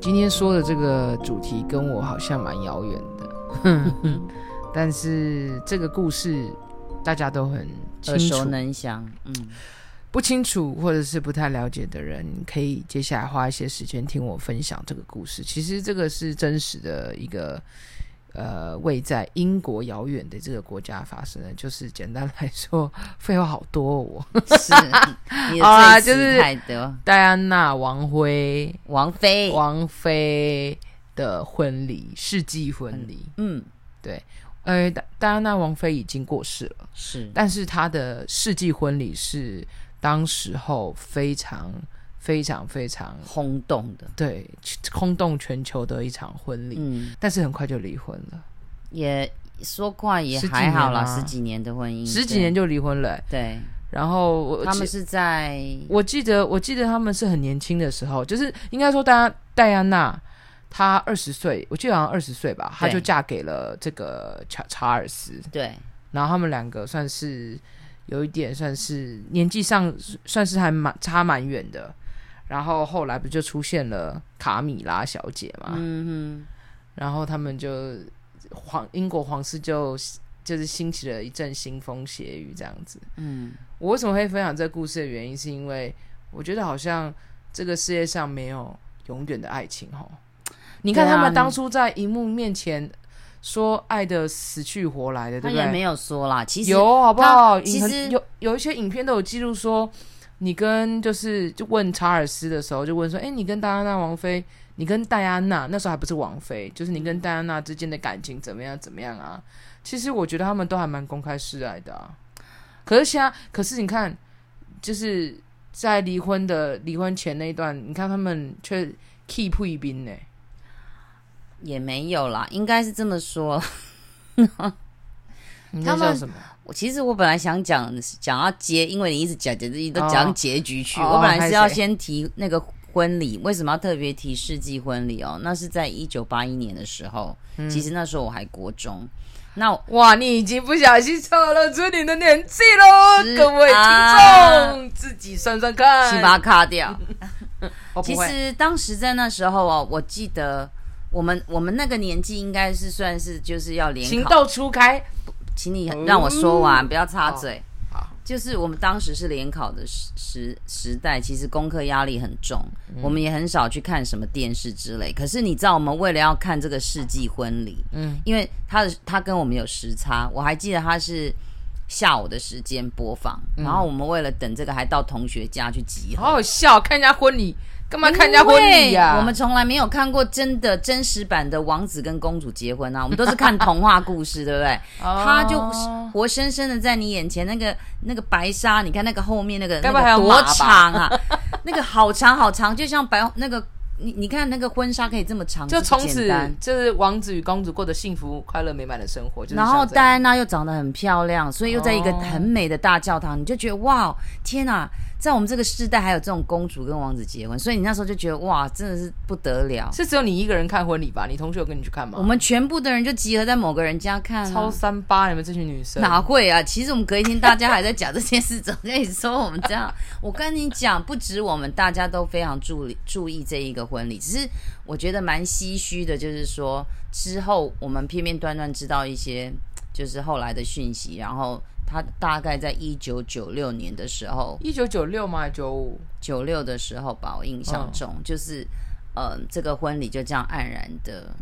今天说的这个主题跟我好像蛮遥远的， 但是这个故事大家都很耳清熟楚，能详， 嗯，不清楚或者是不太了解的人，可以接下来花一些时间听我分享这个故事。其实这个是真实的一个。呃，位在英国遥远的这个国家发生的，就是简单来说， 废话好多哦、我是你好 啊的就罪是词太多。戴安娜王妃王菲，王妃的婚礼，世纪婚礼。嗯，呃，戴戴安娜王妃已经过世了，是但是她的世纪婚礼是当时候非常非常非常轰动的，对轰动全球的一场婚礼。嗯，但是很快就离婚了，也说话也十几还好年啦，啊十几年的婚姻，十几对年就离婚了欸、对，然后我他们记是在我记得我记得他们是很年轻的时候，就是应该说戴安戴安娜。她二十岁，我记得好像二十岁吧，她对就嫁给了这个查查尔斯。对然后他们两个算是有一点算是年纪上算是还蛮差蛮远的。然后后来不就出现了卡米拉小姐嘛？嗯然后他们就皇英国皇室就就是兴起了一阵腥风血雨这样子。哼，嗯，我为什么会分享这故事的原因，是因为我觉得好像这个世界上没有永远的爱情哦。你看对啊他们你当初在荧幕面前说爱的死去活来的，他对不也对？没有说啦，其实有好不好？他其很实有有一些影片都有记录说，你跟就是就问查尔斯的时候，就问说，哎、你跟戴安娜王妃，你跟戴安娜那时候还不是王妃，就是你跟戴安娜之间的感情怎么样怎么样啊？其实我觉得他们都还蛮公开示爱的啊。可是现在，可是你看，就是在离婚的离婚前那一段，你看他们却 keep 一兵呢、也没有啦，应该是这么说啦。你在他笑们什么？我其实我本来想讲讲要结，因为你一直讲讲，你都讲结局去。哦我本来是要拍谁先提那个婚礼，为什么要特别提世纪婚礼哦？那是在一九八一年的时候，嗯其实那时候我还国中。那我哇，你已经不小心透露出你的年纪喽，是各位听众、啊自己算算看。先把它卡掉。哦，其哎不会实当时在那时候哦，我记得我们我们那个年纪应该是算是就是要联情考，窦初开，请你让我说完，不要插好嘴。嗯好就是我们当时是联考的时时时代，其实功课压力很重，嗯我们也很少去看什么电视之类。可是你知道，我们为了要看这个世纪婚礼，嗯，因为他的他跟我们有时差，我还记得他是下午的时间播放，嗯然后我们为了等这个还到同学家去集合。好好笑，看人家婚礼，干嘛看人家婚礼欸呀、因为我们从来没有看过真的真实版的王子跟公主结婚啊，我们都是看童话故事，对不对？哦他就活生生的在你眼前，那个那个白纱，你看那个后面那个，该那不会还个有多马吧长啊？ 那个好长好长，就像白那个，你你看那个婚纱可以这么长，就这从么此简单就是王子与公主过着幸福、快乐、美满的生活。就是然后像这样戴安娜又长得很漂亮，所以又在一个哦很美的大教堂，你就觉得哇，天哪！在我们这个世代还有这种公主跟王子结婚，所以你那时候就觉得哇，真的是不得了。是只有你一个人看婚礼吧？你同学有跟你去看吗我？们全部的人就集合在某个人家看、超啊，三八，你们这群女生 哪会啊？其实我们隔一天大家还在讲这件事，总跟你说我们这样。我跟你讲，不止我们，大家都非常注意注意这一个婚礼。只是我觉得蛮唏嘘的，就是说之后我们片片段段知道一些，就是后来的讯息。然后他大概在一九九六年的时候，一九九六吗？九五九六的时候吧，我印象中、就是，呃，这个婚礼就这样黯然的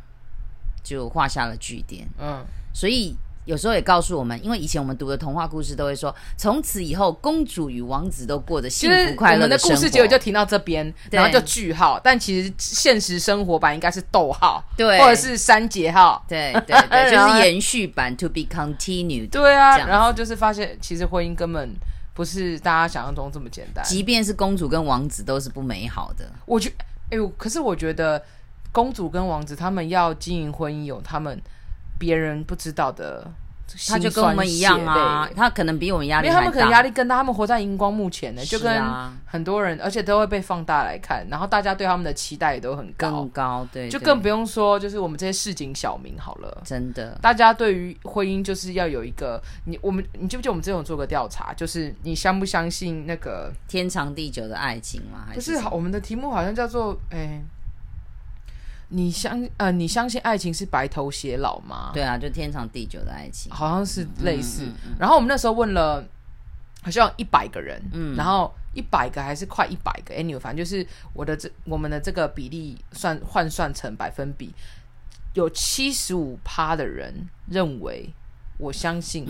就画下了句点。嗯，所以有时候也告诉我们，因为以前我们读的童话故事都会说，从此以后公主与王子都过着就幸是福我快乐们的生活。故事结尾就停到这边，对然后就句号。但其实现实生活版应该是逗号，对或者是三节号。对对 对，就然后是延续版 to be continued。对啊这，样子然后就是发现其实婚姻根本不是大家想象中这么简单。即便是公主跟王子都是不美好的，我觉，哎呦，可是我觉得公主跟王子他们要经营婚姻，有他们别人不知道的辛酸他血泪，就跟我们一样啊，他可能比我们压因力为他们还可能压大。力更大，他们活在荧光幕前呢，就跟是啊很多人，而且都会被放大来看，然后大家对他们的期待也都很高，更高，对，就对更不用说，就是我们这些市井小民好了。真的大家对于婚姻就是要有一个你我们你记不记得我们之前有做个调查，就是你相不相信那个天长地久的爱情嘛，还不是是什么好我们的题目好像叫做哎、你相呃，你相信爱情是白头偕老吗？对啊，就天长地久的爱情。好像是类似。嗯然后我们那时候问了好像一百个人，嗯然后一百个还是快一百个，anyway，反正就是我的这我们的这个比例算换算成百分比，有七十五趴的人认为我相 信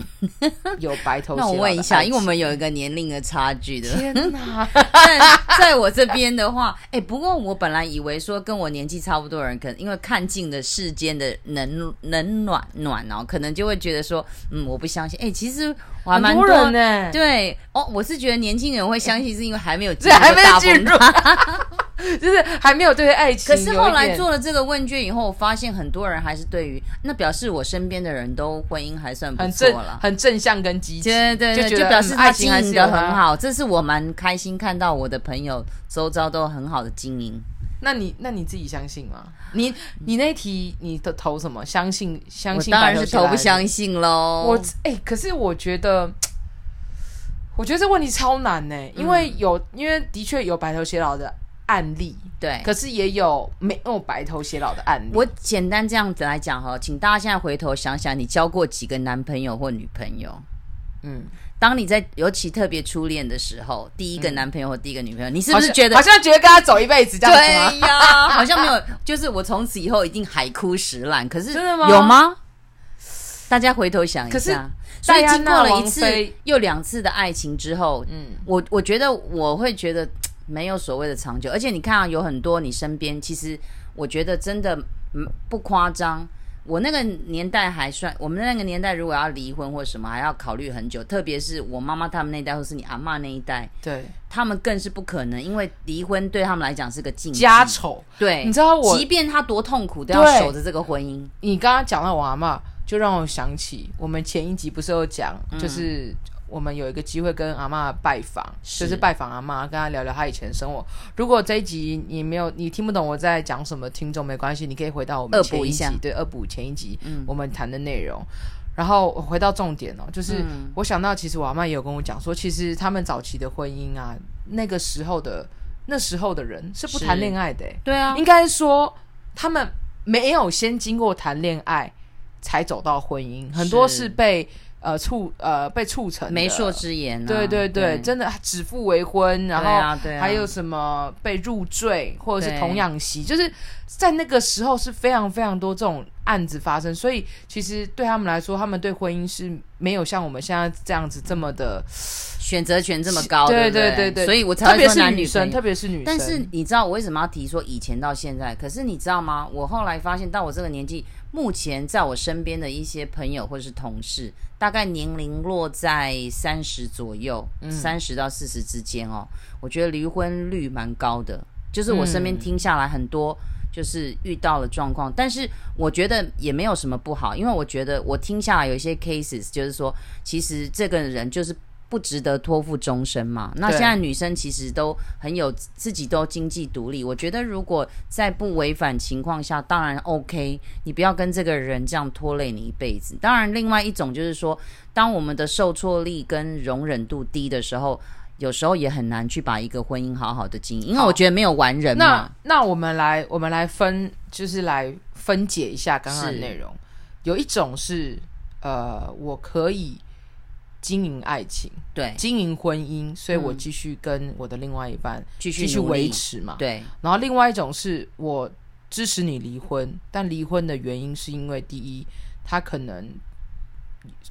有白头偕嗯那老的爱情。我问一下，因为我们有一个年龄的差距的，天哪，但在我这边的话，哎、不过我本来以为说跟我年纪差不多的人，可能因为看尽了世间的冷冷暖暖哦，可能就会觉得说，嗯，我不相信。哎、其实我还很 蛮多人呢、对哦，我是觉得年轻人会相信，是因为 还没有进这入还没大进风入， 就是还没有对爱情可有一是点。后来做了这个问卷以后，我发现很多人还是对于那表示我身边的人都婚姻还算不很错正了。很正向跟积极，对对对，就觉就得表示嗯他爱情经还营是有的很它好，这是我蛮开心看到我的朋友周遭都很好的经营。那你那你自己相信吗？你你那一题你的投什么？相信相我信当然是白投头偕老不相信喽。我哎、可是我觉得，我觉得这问题超难呢、嗯因为有、因为的确有白头偕老的案例，对，可是也有没有白头偕老的案例。我简单这样子来讲哈，请大家现在回头想想，你交过几个男朋友或女朋友？嗯，当你在尤其特别初恋的时候，第一个男朋友或第一个女朋友，你是不嗯好是像觉得好像觉得跟他走一辈子这样子吗？对呀，好像没有，就是我从此以后一定海枯石烂。可是真的吗有吗？大家回头想一可是下，所以戴安经过娜了一王次妃又两次的爱情之后，嗯，我我觉得我会觉得嗯没有所谓的长久，而且你看啊，有很多你身边，其实我觉得真的嗯不夸张。我那个年代还算，我们那个年代如果要离婚或什么，还要考虑很久，特别是我妈妈他们那一代，或是你阿嬷那一代，对，他们更是不可能，因为离婚对他们来讲是个禁忌。家丑。对，你知道我即便他多痛苦，都要对守着这个婚姻。你刚刚讲到我阿嬷，就让我想起我们前一集不是有讲，嗯就是我们有一个机会跟阿嬷拜访，是就是拜访阿嬷，跟她聊聊她以前的生活。如果这一集你没有你听不懂我在讲什么，听众没关系，你可以回到我们恶前补一一集，下嗯对，恶补前一集我们谈的内容。然后我回到重点哦，就是嗯我想到，其实我阿嬷也有跟我讲说，其实他们早期的婚姻啊，那个时候的那时候的人是不是谈恋爱的、欸，对啊，应该说他们没有先经过谈恋爱才走到婚姻，很多是被呃促呃被促成的媒妁。之言、啊。对对对，真的指腹为婚，然对后啊对啊还有什么被入赘或者是对童养媳，就是在那个时候是非常非常多这种案子发生，所以其实对他们来说，他们对婚姻是没有像我们现在这样子这么的，选择权这么高，对对不对对所以我才特会别说是男女朋生，友特别是女生，但是你知道我为什么要提说以前到现在？可是你知道吗？我后来发现，到我这个年纪，目前在我身边的一些朋友或是同事，大概年龄落在三十左右，嗯三十、到四十之间哦。我觉得离婚率蛮高的，就是我身嗯边听下来很多。就是遇到了状况，但是我觉得也没有什么不好，因为我觉得我听下来有一些 cases，就是说，其实这个人就是不值得托付终身嘛。那对现在女生其实都很有自己都经济独立，我觉得如果在不违反情况下，当然 OK，你不要跟这个人这样拖累你一辈子。当然，另外一种就是说，当我们的受挫力跟容忍度低的时候。有时候也很难去把一个婚姻好好的经营，因为好我觉得没有完人嘛那。那我们来，我们来分，就是来分解一下刚刚的是内容。有一种是，呃，我可以经营爱情、对，经营婚姻，所以我嗯继续跟我的另外一半继续继续努力维。持嘛。。对，然后另外一种是我支持你离婚，但离婚的原因是因为第一，他可能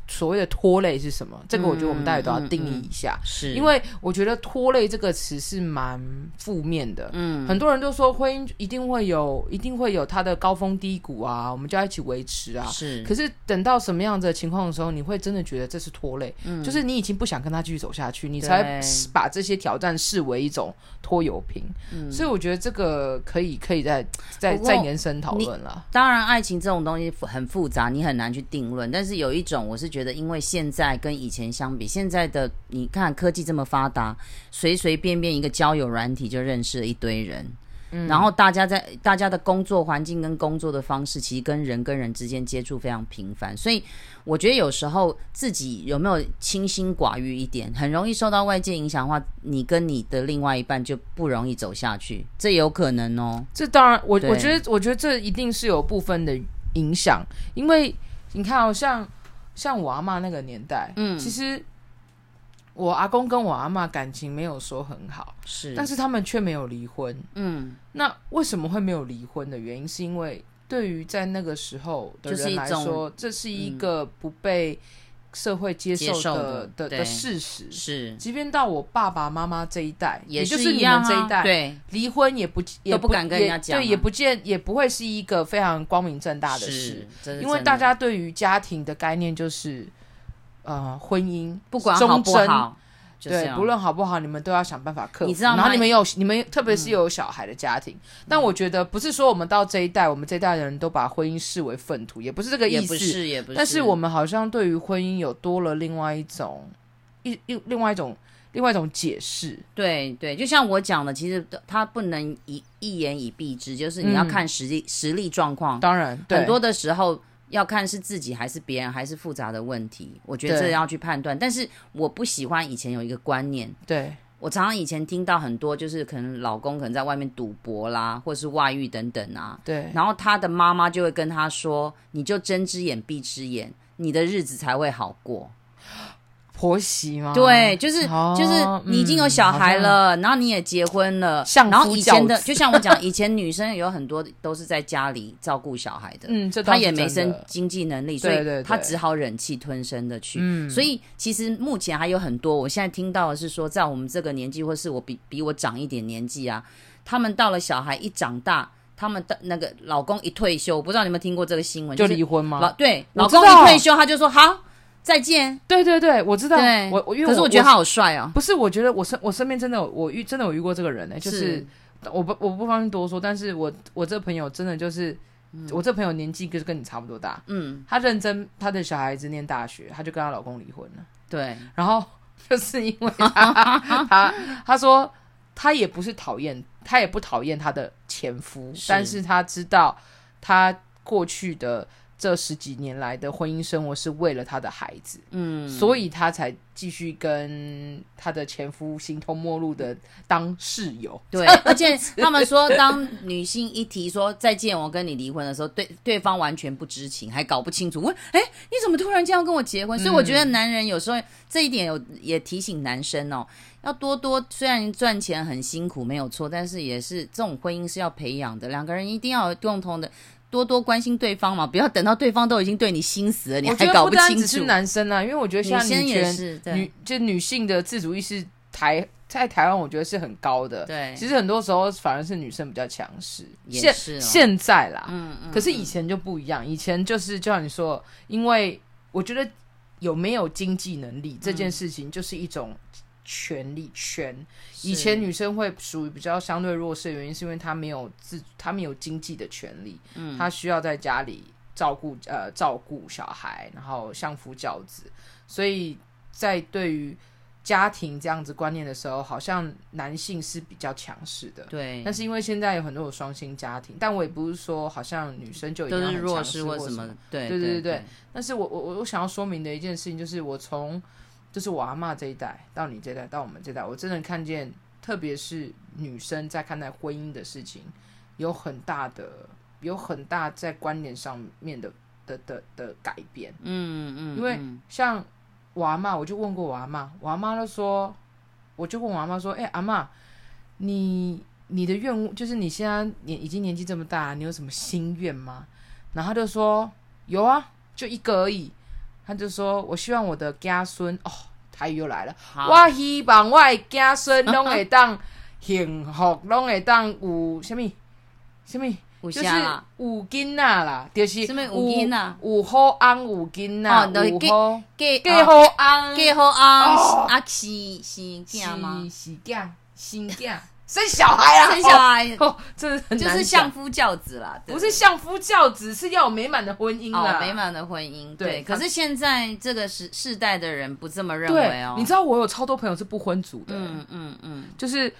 所谓的拖累是什么？这个我觉得我们大家都要嗯嗯定义嗯一下，是因为我觉得拖累这个词是蛮负面的。嗯，很多人都说婚姻一定会有，一定会有它的高峰低谷啊，我们就要一起维持啊。是可是等到什么样子的情况的时候，你会真的觉得这是拖累，就是你已经不想跟他继续走下去，你才嗯对会把这些挑战视为一种拖油瓶。所以我觉得这个可以可以再再嗯不过再延伸讨论了。当然，爱情这种东西很复杂，你很难去定论。但是有一种，我是觉得，因为现在跟以前相比，现在的你看科技这么发达，随随便便一个交友软体就认识了一堆人。嗯然后大家在大家的工作环境跟工作的方式，其实跟人跟人之间接触非常频繁，所以我觉得有时候自己有没有清心寡欲一点，很容易受到外界影响的话，你跟你的另外一半就不容易走下去，这有可能哦。这当然，我对我觉得，我觉得这一定是有部分的影响，因为你看、哦，像像我阿妈那个年代，嗯其实我阿公跟我阿妈感情没有说很好，是但是他们却没有离婚。嗯，那为什么会没有离婚的原因，是因为对于在那个时候的就是人一来种嗯说，这是一个不被社会接受接受的的的对的事实。是即便到我爸爸妈妈这一代，也也就是一你样们啊这一代，对，离婚也不也都不敢跟人家讲啊也对，也不见也不会是一个非常光明正大的事是，，这是因为真的大家对于家庭的概念就是，呃，婚姻不管好忠不贞好，就这对，样不论好不好，你们都要想办法克服。你嗯知道吗然后你们有你们，特别是有小孩的家庭，但我觉得不是说我们到这一代，我们这一代的人都把婚姻视为粪土，也不是这个也意不思。是也不是，但是我们好像对于婚姻有多了另外一种一一另外一种另外一种解释。对对，就像我讲的，其实他不能一一言以蔽之，就是你要嗯看实力、实力状况，当然，对很多的时候要看是自己还是别人还是复杂的问题，我觉得对这要去判断。但是我不喜欢以前有一个观念，对我常常以前听到很多就是可能老公可能在外面赌博啦，或是外遇等等啊，对然后他的妈妈就会跟他说：“你就睁只眼闭只眼，你的日子才会好过。”婆媳吗？对，就是、哦就是你已经有小孩了，然后你也结婚了，相夫然后以前的教子 就像我讲，以前女生有很多都是在家里照顾小孩的，嗯，这倒她是也没真生的经济能力，所对对以对她只好忍气吞声的去。嗯所以其实目前还有很多，我现在听到的是说，在我们这个年纪，或是我比比我长一点年纪啊，他们到了小孩一长大，他们的那个老公一退休，我不知道你们听过这个新闻，就是离婚吗？老对我老知公一道退休，他就说好再见。对对对，我知道。对我我因为可是我觉得他好帅哦。不是，我觉得我身我身边真的有我遇真的有遇过这个人呢、就是我不我不方便多说，但是我我这朋友真的就是、我这朋友年纪跟跟你差不多大，嗯，她认真她的小孩子念大学，她就跟她老公离婚了，对，然后 就是因为 她她她说她也不是讨厌，她也不讨厌她的前夫，是但是她知道她过去的这十几年来的婚姻生活是为了她的孩子，嗯，所以她才继续跟她的前夫形同陌路的当室友。对，而且他们说，当女性一提说再见，我跟你离婚的时候，对对方完全不知情，还搞不清楚，问，哎，你怎么突然间要跟我结婚？所以我觉得嗯男人有时候这一点有也提醒男生哦，要多多，虽然赚钱很辛苦没有错，但是也是这种婚姻是要培养的，两个人一定要有共同的。多多关心对方嘛，不要等到对方都已经对你心死了，你我还觉得搞不单清只楚是。男生啊，因为我觉得女现在生女也权是，对女就女性的自主意识台在台湾，我觉得是很高的。对其实很多时候反而是女生比较强势，也现是哦现在啦，嗯嗯，可是以前就不一样，以前就是就像你说，因为我觉得有没有经济能力这嗯件事情就是一种权利权。以是前女生会属于比较相对弱势的原因，是因为她没有自，她没有经济的权利，嗯她需要在家里照顾呃照顾小孩，然后相夫教子，所以在对于家庭这样子观念的时候，好像男性是比较强势的。对，但是因为现在有很多有双薪家庭，但我也不是说好像女生就一定都要是很弱强势势或什什么，对对对对对对但是我我我我想要说明的一件事情就是，我从就是我阿嬷这一代到你这一代到我们这一代，我真的看见，特别是女生在看待婚姻的事情，有很大的有很大在观念上面的的的的改变。嗯嗯，因为嗯像我阿妈，我就问过我阿妈，我阿妈就说，我就问我阿妈说，哎、阿妈，你你的愿望就是你现在年已经年纪这么大，你有什么心愿吗？然后她就说有啊，就一个而已。她就说我希望我的家孙哦，台语又来了，好我希望我的家孙拢会当幸福，拢会当有什么什么。有就啥是啦？有囡仔啦，就是什么有囡仔有有好翁有囡哦就仔，是有嫁好给嫁好翁，给好啊哦啊是是囝啊吗是？是囝，新囝， 生小孩啊，生小孩哦，真的很就难是讲相夫教子啦，对不是相夫教子，是要有美满的婚姻哦啦，美。满的婚姻，对对。可是现在这个时世代的人不这么认为对哦，，你知道我有超多朋友是不婚族的，嗯嗯嗯，就是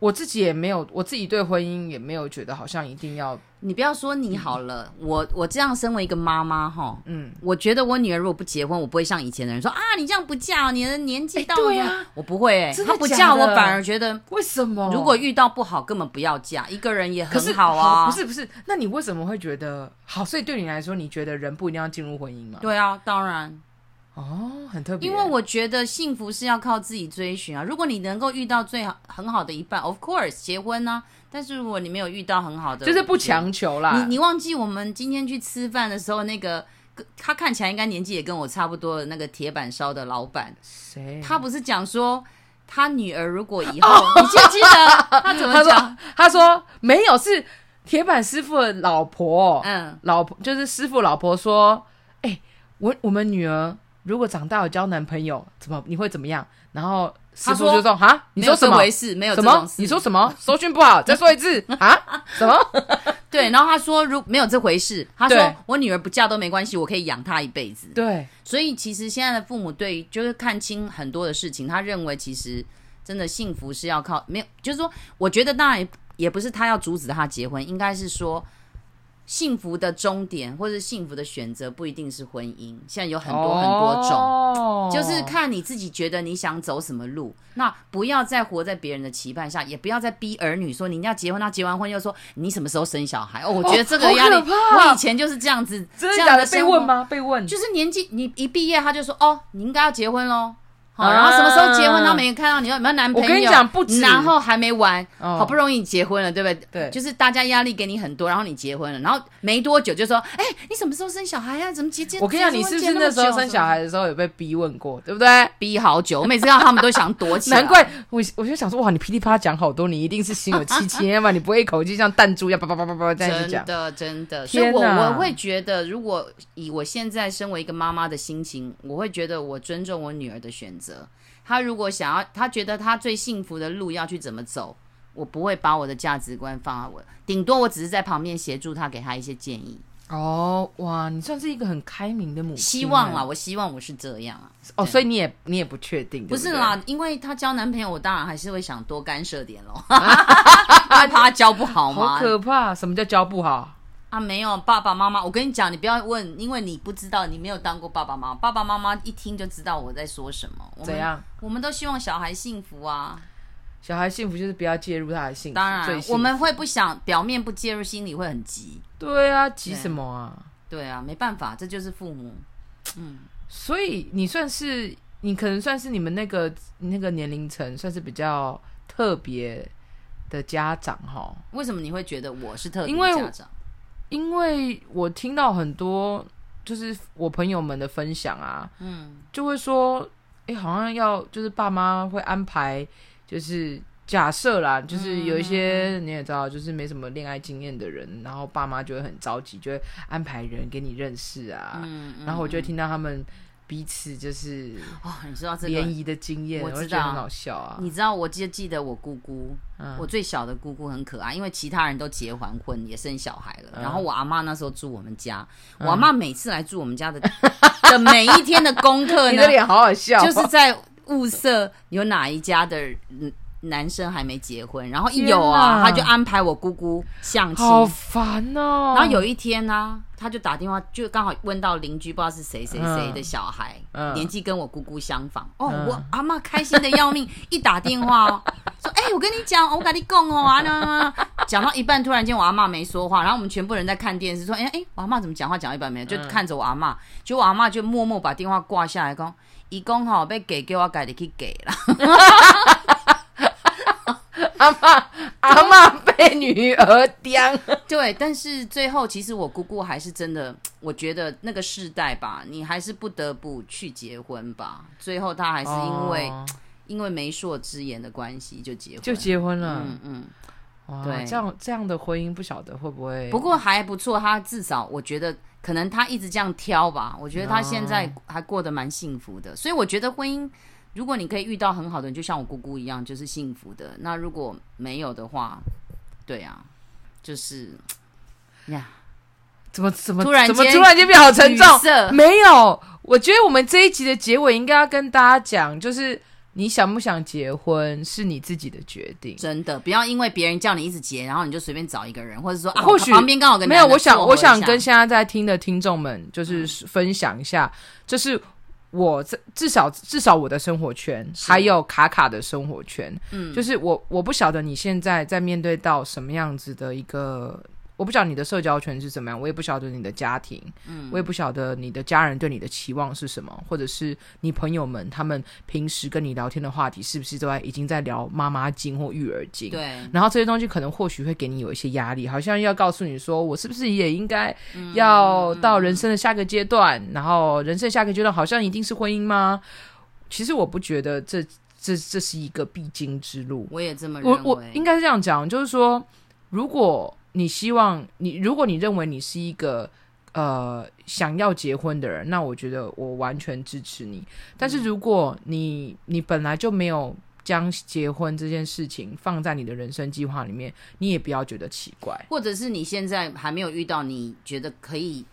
我自己也没有，我自己对婚姻也没有觉得好像一定要，你不要说你好了，我我这样身为一个妈妈哈，嗯，我觉得我女儿如果不结婚，我不会像以前的人说啊，你这样不嫁，你的年纪到了，哎对啊我不会哎、真的她不假嫁，的我反而觉得为什么？如果遇到不好，根本不要嫁，一个人也可是很好啊。不，是不是，那你为什么会觉得好？所以对你来说，你觉得人不一定要进入婚姻吗？对啊，当然，哦，很特别，因为我觉得幸福是要靠自己追寻啊。如果你能够遇到最好很好的一半，of course 结婚呢、但是如果你没有遇到很好的，就是不。强求啦。你你忘记我们今天去吃饭的时候，那个他看起来应该年纪也跟我差不多的那个铁板烧的老板，谁？他不是讲说他女儿如果以后，你记不记得哦 他怎么他讲？说他说没有，是铁板师傅的老婆，嗯，老婆就是师傅老婆说，哎、我我们女儿如果长大有交男朋友，怎么你会怎么样？然后师他傅说就说啊，你说没有什这么？回事没有什这么种？事你说什么？收讯不好，再说一次 啊？什么？对，然后他说如没有这回事，他对说我女儿不嫁都没关系，我可以养她一辈子。对，所以其实现在的父母对于就是看清很多的事情，他认为其实真的幸福是要靠没有，就是说，我觉得当然也也不是他要阻止他结婚，应该是说幸福的终点或者幸福的选择不一定是婚姻，现在有很多很多种。种就是看你自己觉得你想走什么路，那不要再活在别人的期盼下，也不要再逼儿女说你一定要结婚，那结完婚又说你什么时候生小孩哦，我觉得这哦个好压力，可怕我以前就是这样子，真这的样假的的？被生活问吗？被问就是年纪你一毕业他就说哦，你应该要结婚喽。好，啊然后什么时候结婚？然后没看到你有没有男朋友？我跟你讲不止然后还没完，哦好不容易你结婚了，对不对？对就是大家压力给你很多，然后你结婚了，然后没多久就说，哎，你什么时候生小孩啊？怎么结结？我跟你讲，你是不是那时候生小孩？孩的时候有被逼问过，对不对？逼好久，我每次看到他们都想躲 起来。难怪我我就想说，哇，你噼里啪啦讲好多，你一定是心有戚戚，要不然你不会一口气像弹珠一样叭叭叭叭叭这样子真讲。的真的，所以天我哪我会觉得，如果以我现在身为一个妈妈的心情，我会觉得我尊重我女儿的选择。她如果想要，她觉得她最幸福的路要去怎么走，我不会把我的价值观放在我，顶多我只是在旁边协助她，给她一些建议。哦，哇，你算是一个很开明的母亲， 啊希望啦，。我希望我是这样啊。哦，所以你也你也不确定，不是对对啦，因为她交男朋友，我当然还是会想多干涉点喽， 因为怕她交不好嘛。好可怕！什么叫教不好？啊，没有爸爸妈妈，我跟你讲，你不要问，因为你不知道，你没有当过爸爸妈妈。爸爸妈妈一听就知道我在说什么。我们怎样？我们都希望小孩幸福啊，小孩幸福就是不要介入他的幸福，当然嗯啊最幸福我们会不想表面不介入，心里会很急。对啊，急什么啊？对啊，没办法，这就是父母。所以你算是你可能算是你们那个那个年龄层算是比较特别的家长哈，为什么你会觉得我是特别因为家长？因为我听到很多就是我朋友们的分享啊，嗯，就会说，哎、好像要就是爸妈会安排，就是假设啦，就是有一嗯些、你也知道，就是没什么恋爱经验的人，然后爸妈就会很着急，就会安排人给你认识啊，嗯嗯然后我就会听到他们彼此就是哦，你说到这联个，谊的经验，嗯我我知就觉得很道好笑啊。你知道我记记得我姑姑，嗯我最小的姑姑很可爱，因为其他人都结完婚也生小孩嗯了。然后我阿妈那时候住我们家，我阿妈每次来住我们家的的每一天的功 课你呢的，脸好好笑哦，就是在物色有哪一家的嗯男生还没结婚，然后一有天啊，哪他就安排我姑姑相亲。好烦哦。然后有一天呢、他就打电话，就刚好问到邻居，不知道是谁谁谁的小孩，嗯嗯年纪跟我姑姑相仿。哦，嗯我阿妈开心的要命， 一打电话哦，说：“哎、我跟你讲，我跟你讲哦啊呢。” 讲到一半，突然间我阿妈没说话，然后我们全部人在看电视，说：“哎、哎、我阿妈怎么讲话讲到一嗯半没有？”就看着我阿妈，结果我阿妈就默默把电话挂下来，讲：“伊讲吼，要给给我家己去给啦。 阿妈阿妈被女儿刁，”对，但是最后其实我姑姑还是真的，我觉得那个世代吧，你还是不得不去结婚吧。最后她还是因为、哦因为媒妁之言的关系就结婚，就结婚了。嗯嗯。哇，对这样这样的婚姻不晓得会不会不过还不错，她至少我觉得可能她一直这样挑吧，我觉得她现在还过得蛮幸福的。所以我觉得婚姻，如果你可以遇到很好的人，就像我姑姑一样，就是幸福的。那如果没有的话，对啊，就是呀，怎么怎么突然怎么间突然间变好沉重语？塞没有，我觉得我们这一集的结尾应该要跟大家讲，就是你想不想结婚是你自己的决定。真的，不要因为别人叫你一直结，然后你就随便找一个人，或者说啊，或许我旁边刚好有个没有，男的我想撮合我想一下跟现在在听的听众们就是分享一下，就是我在至少至少我的生活圈，是还有卡卡的生活圈，嗯就是我我不晓得你现在在面对到什么样子的一个。我不晓得你的社交圈是怎么样，我也不晓得你的家庭，嗯，我也不晓得你的家人对你的期望是什么，或者是你朋友们他们平时跟你聊天的话题是不是都在已经在聊妈妈经或育儿经？对然后这些东西可能或许会给你有一些压力，好像要告诉你说，我是不是也应该要到人生的下个阶段？然后人生下个阶段好像一定是婚姻吗？其实我不觉得这这这是一个必经之路。我也这么认我为，我应该是这样讲，就是说，如果你希望你，如果你认为你是一个呃想要结婚的人，那我觉得我完全支持你。但嗯是如果你你本来就没有将结婚这件事情放在你的人生计划里面，你也不要觉得奇怪。或者是你现在还没有遇到你觉得可以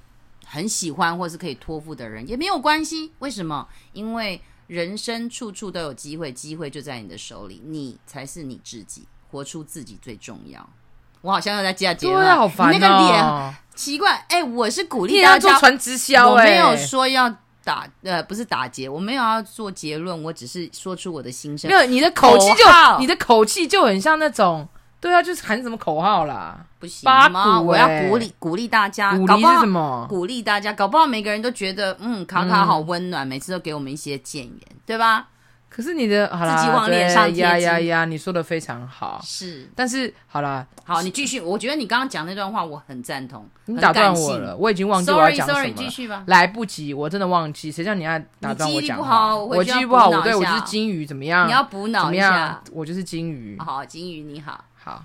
很喜欢或是可以托付的人，也没有关系。为什么？因为人生处处都有机会，机会就在你的手里，你才是你自己，活出自己最重要。我好像要在接下结对论，啊，好烦你哦！那个脸奇怪，哎、我是鼓你也励要大做家，传直销、我没哎，有说要打，呃，不是打结，我没有要做结论，我只是说出我的心声没。有你的口气就口号你的口气就很像那种，对啊，就是喊什么口号啦？不行八吗？股我要哎鼓励鼓励大家，鼓啊搞励不好是什么？鼓励大家，搞不好每个人都觉得，嗯，卡卡好温暖，每次都给我们一些建言，对吧？可是你的好啦，自己往脸上对贴呀金呀呀，你说的非常好。是，但是好啦，好，你继续。我觉得你刚刚讲那段话，我很赞同，你很打断感性我了，我已经忘记我要 Sorry 讲什 Sorry，么继了。续吧。来不及，我真的忘记，谁叫你爱打断我讲话？你记忆力不好我回去记要忆不好，补我脑一对下我就是金鱼，怎么样？你要补啊怎脑么一样下。？我就是金鱼。好，金鱼你好，好，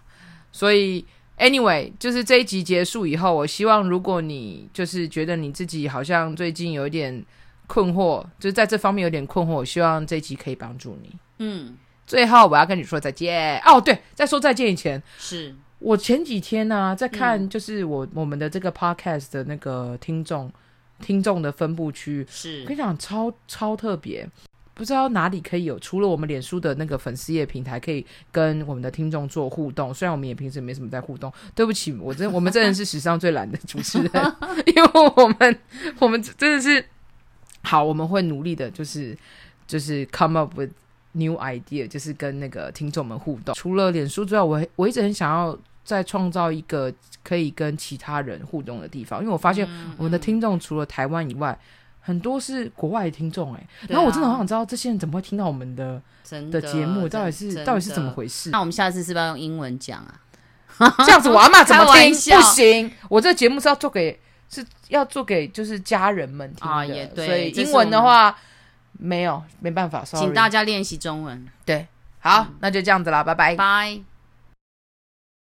所以 anyway，就是这一集结束以后，我希望如果你就是觉得你自己好像最近有一点困惑，就是在这方面有点困惑，我希望这一集可以帮助你。嗯，最后我要跟你说再见哦，对，在说再见以前，是我前几天呢、在看就是我、我们的这个 podcast 的那个听众听众的分布区，我跟是，你讲超超特别，不知道哪里可以有，除了我们脸书的那个粉丝页平台可以跟我们的听众做互动，虽然我们也平时没什么在互动，对不起，我真我们真的是史上最懒的主持人，因为我们我们真的是好，我们会努力的，就是就是 come up with new idea，就是跟那个听众们互动。除了脸书之外，我我一直很想要再创造一个可以跟其他人互动的地方，因为我发现嗯我们的听众除了台湾以外。很多是国外的听众哎、对啊然后我真的好想知道这些人怎么会听到我们的真的节目，到底真是的哦到底是怎么回事？那我们下次是不是要用英文讲啊？这样子我阿妈怎么开听？玩笑不行，我这节目是要做给是要做给就是家人们听的，啊也对所以这是英文的话没有没办法，sorry。请大家练习中文，对，好，那就这样子啦，拜拜。拜。